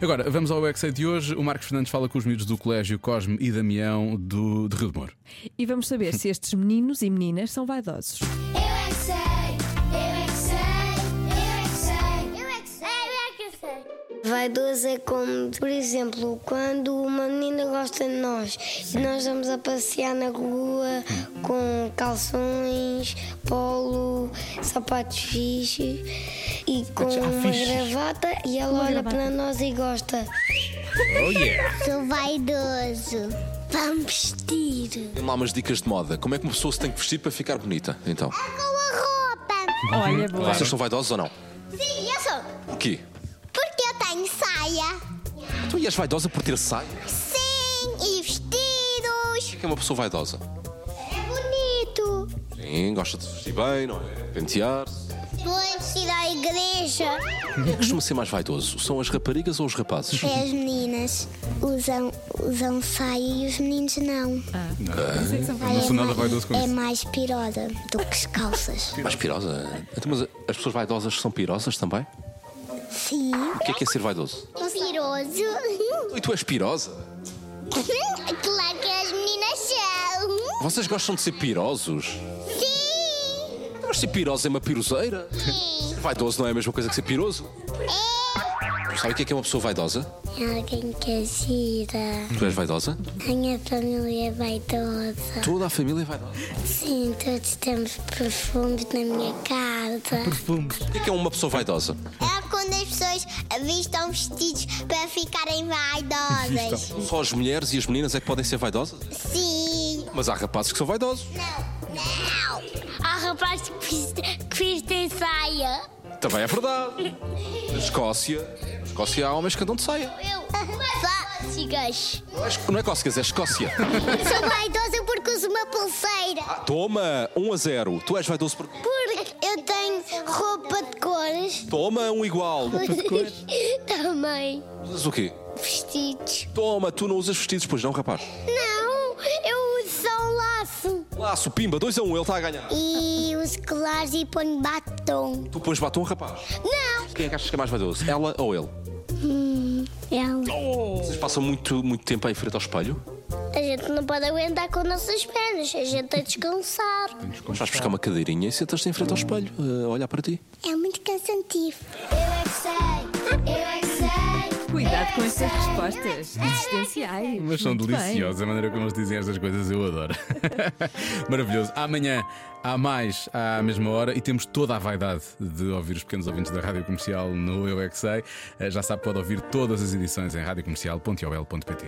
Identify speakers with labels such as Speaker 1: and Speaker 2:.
Speaker 1: Agora, vamos ao UXA de hoje. O Marcos Fernandes fala com os miúdos do Colégio Cosme e Damião do, de Rio de Moro.
Speaker 2: E vamos saber se estes meninos e meninas são vaidosos.
Speaker 3: Eu é que sei, eu é que sei, eu é que sei, eu é que sei, eu é que sei.
Speaker 4: Vaidoso é como, por exemplo, quando uma menina gosta de nós e nós vamos a passear na rua com calções, polo, sapatos fixos e com uma gravata e ela olha para nós e gosta.
Speaker 5: Oh yeah!
Speaker 3: Sou vaidoso. Vamos vestir.
Speaker 5: Tem lá umas dicas de moda. Como é que uma pessoa se tem que vestir para ficar bonita? Então,
Speaker 3: É Com a roupa.
Speaker 2: Olha, boa.
Speaker 5: vocês são vaidosos ou não?
Speaker 3: Sim, eu sou.
Speaker 5: O quê?
Speaker 3: Porque eu tenho saia.
Speaker 5: Tu és vaidosa por ter saia? O
Speaker 3: Sim, e vestidos.
Speaker 5: que é uma pessoa vaidosa?
Speaker 3: É bonito.
Speaker 5: Sim, gosta de se vestir bem, não é? Pentear.
Speaker 3: Vou vestir à igreja.
Speaker 5: Quem é que costuma ser mais vaidoso? São as raparigas ou os rapazes?
Speaker 3: As meninas usam, usam saia e os meninos não.
Speaker 1: Não sou nada vaidoso com
Speaker 3: é
Speaker 1: isso.
Speaker 3: mais pirosa do que as calças.
Speaker 5: Mais pirosa? Então, mas as pessoas vaidosas são pirosas também?
Speaker 3: Sim.
Speaker 5: O que é que é ser vaidoso?
Speaker 3: Piroso.
Speaker 5: E tu és pirosa?
Speaker 3: claro que as meninas são.
Speaker 5: Vocês gostam de ser pirosos?
Speaker 3: Sim.
Speaker 5: Mas ser pirosa é uma piroseira? Ser vaidoso não é a mesma coisa que ser piroso? Sabe o que é que é uma pessoa vaidosa?
Speaker 3: Alguém que é gira.
Speaker 5: Tu és vaidosa?
Speaker 3: A minha família é vaidosa.
Speaker 5: Toda a família é vaidosa.
Speaker 3: Sim, todos temos perfumes na minha casa.
Speaker 5: O que é que é uma pessoa vaidosa?
Speaker 3: É quando as pessoas vistam vestidos para ficarem vaidosas.
Speaker 5: Então Só as mulheres e as meninas é que podem ser vaidosas?
Speaker 3: Sim.
Speaker 5: Mas há rapazes que são vaidosos.
Speaker 3: Não. Não. Há rapazes que vestem- que vestem saia.
Speaker 5: Também é verdade. Na Escócia, na Escócia há homens que andam de saia.
Speaker 3: Eu. Vaidosa.
Speaker 5: Não é Esc- Não é cócegas, é Escócia.
Speaker 3: Sou vaidosa porque uso uma pulseira.
Speaker 5: Ah, Toma, 1 a 0. Tu és vaidoso por...
Speaker 3: Porque eu tenho roupa de cores.
Speaker 5: Toma, um igual.
Speaker 3: Também.
Speaker 5: Usas o quê?
Speaker 3: Vestidos.
Speaker 5: Toma, tu não usas vestidos, pois não, rapaz.
Speaker 3: Não, eu uso só um laço.
Speaker 5: Laço, pimba, 2 a 1, ele está a ganhar.
Speaker 3: E uso colares e ponho batom.
Speaker 5: Tu pões batom, rapaz.
Speaker 3: Não.
Speaker 5: Quem é que achas que é mais vaidoso? Ela ou ele?
Speaker 3: Ela.
Speaker 5: Vocês passam muito, muito tempo em frente ao espelho?
Speaker 3: um- A gente não pode aguentar com nossas pernas. A gente tem de descansar.
Speaker 5: Mas vais buscar uma cadeirinha e sentas-te em frente ao espelho, eh, a olhar para ti.
Speaker 3: É muito cansativo. Eu é que sei. Eu é que sei.
Speaker 2: Cuidado com estas respostas existenciais.
Speaker 1: Mas são
Speaker 2: É Muito bem.
Speaker 1: deliciosos, a maneira como eles dizem estas coisas eu adoro. Maravilhoso. Amanhã há mais à mesma hora e temos toda a vaidade de ouvir os pequenos ouvintes da Rádio Comercial no Eu é Que Sei. Eh, Já sabe, pode ouvir todas as edições em radiocomercial.ol.pt